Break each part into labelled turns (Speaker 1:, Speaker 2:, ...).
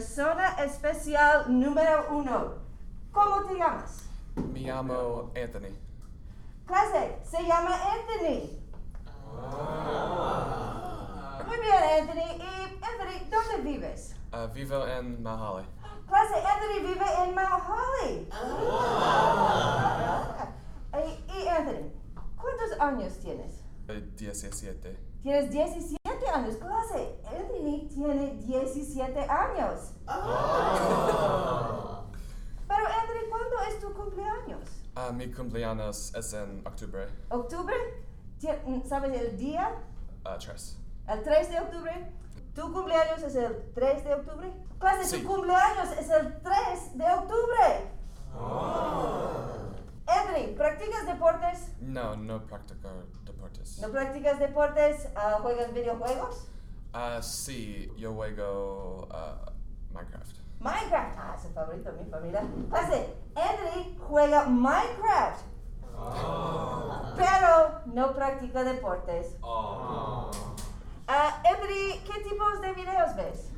Speaker 1: Persona especial número uno. ¿Cómo te llamas?
Speaker 2: Me llamo Anthony.
Speaker 1: Clase, se llama Anthony. Muy bien, Anthony. Y, Anthony, ¿dónde vives?
Speaker 2: Uh, vivo en Mahale.
Speaker 1: Clase, Anthony vive en Mount Holly. Y, y, Anthony, ¿cuántos años tienes?
Speaker 2: Eh, 17.
Speaker 1: Tienes 17 años, clase. Anthony tiene 17 años. Pero, Anthony, ¿cuándo es tu cumpleaños?
Speaker 2: Ah, mi cumpleaños es en octubre.
Speaker 1: ¿Octubre? Tie- mm, ¿Sabes el día?
Speaker 2: Uh, 3.
Speaker 1: ¿El 3 de octubre? ¿Tu cumpleaños es el 3 de octubre? Clase,
Speaker 2: Sí.
Speaker 1: tu cumpleaños es el 3 de octubre. Anthony, ¿practicas deportes?
Speaker 2: No, no practico deportes.
Speaker 1: ¿No practicas deportes? Ah, ¿Juegas videojuegos?
Speaker 2: Ah, sí, yo juego ah, Minecraft.
Speaker 1: Minecraft. Ah, es el favorito de mi familia. Clase, Anthony juega Minecraft. Pero no practica deportes. Ah, Anthony, ¿qué tipos de videos ves?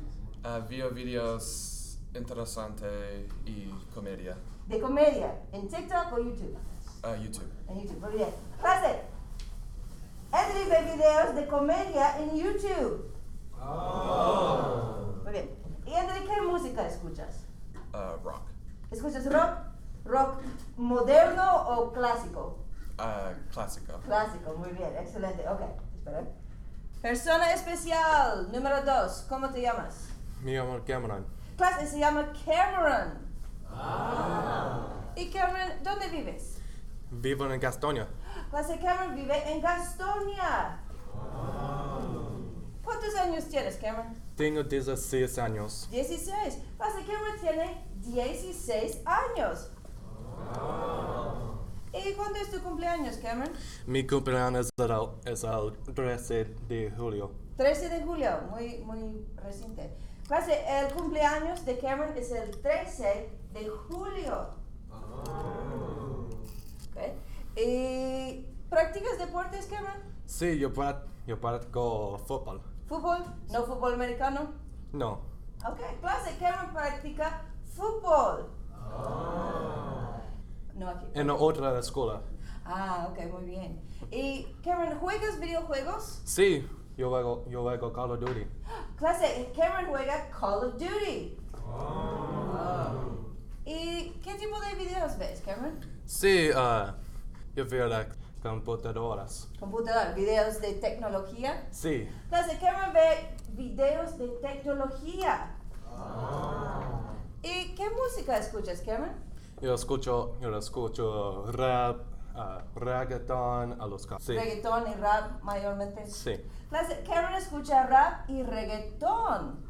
Speaker 2: Ah, veo videos interesantes y comedia.
Speaker 1: De comedia, en TikTok o YouTube.
Speaker 2: Ah, YouTube.
Speaker 1: En YouTube, muy bien. Clase, Anthony ve videos de comedia en YouTube. Muy bien. ¿Y Anthony qué música escuchas?
Speaker 2: Ah, rock.
Speaker 1: ¿Escuchas rock? ¿Rock moderno o clásico?
Speaker 2: Ah, clásico.
Speaker 1: Clásico, muy bien, excelente. Ok, espera. Persona especial, número dos, ¿cómo te llamas?
Speaker 3: Me llamo Cameron.
Speaker 1: Clase se llama Cameron. ¿Y Cameron, dónde vives?
Speaker 3: Vivo en Gastonia.
Speaker 1: Clase Cameron vive en Gastonia. ¿Cuántos años tienes, Cameron?
Speaker 3: Tengo 16 años.
Speaker 1: 16. Clase Cameron tiene 16 años. ¿Y cuándo es tu cumpleaños, Cameron?
Speaker 3: Mi cumpleaños era- es el 13 de julio.
Speaker 1: 13 de julio, muy, muy reciente. Clase, el cumpleaños de Cameron es el 13 de julio. Ok. ¿Y practicas deportes, Cameron?
Speaker 3: Sí, yo, prat- yo practico fútbol.
Speaker 1: ¿Fútbol? ¿No fútbol americano?
Speaker 3: No,
Speaker 1: Ok, clase, Cameron practica fútbol. No aquí.
Speaker 3: en otra escuela.
Speaker 1: Ah, ok, muy bien. ¿Y Cameron, juegas videojuegos?
Speaker 3: Sí, yo juego, yo juego Call of Duty.
Speaker 1: Clase, Cameron juega Call of Duty. ¿Y qué tipo de videos ves, Cameron?
Speaker 3: Sí, ah, yo veo las computadoras.
Speaker 1: Computador, videos de tecnología.
Speaker 3: Sí,
Speaker 1: Clase, Cameron ve videos de tecnología. ¿Y qué música escuchas, Cameron?
Speaker 3: yo escucho, yo escucho rap, ah, reggaeton, a los ca- Sí,
Speaker 1: Reggaetón y rap mayormente.
Speaker 3: sí.
Speaker 1: Clase, Cameron escucha rap y reggaetón.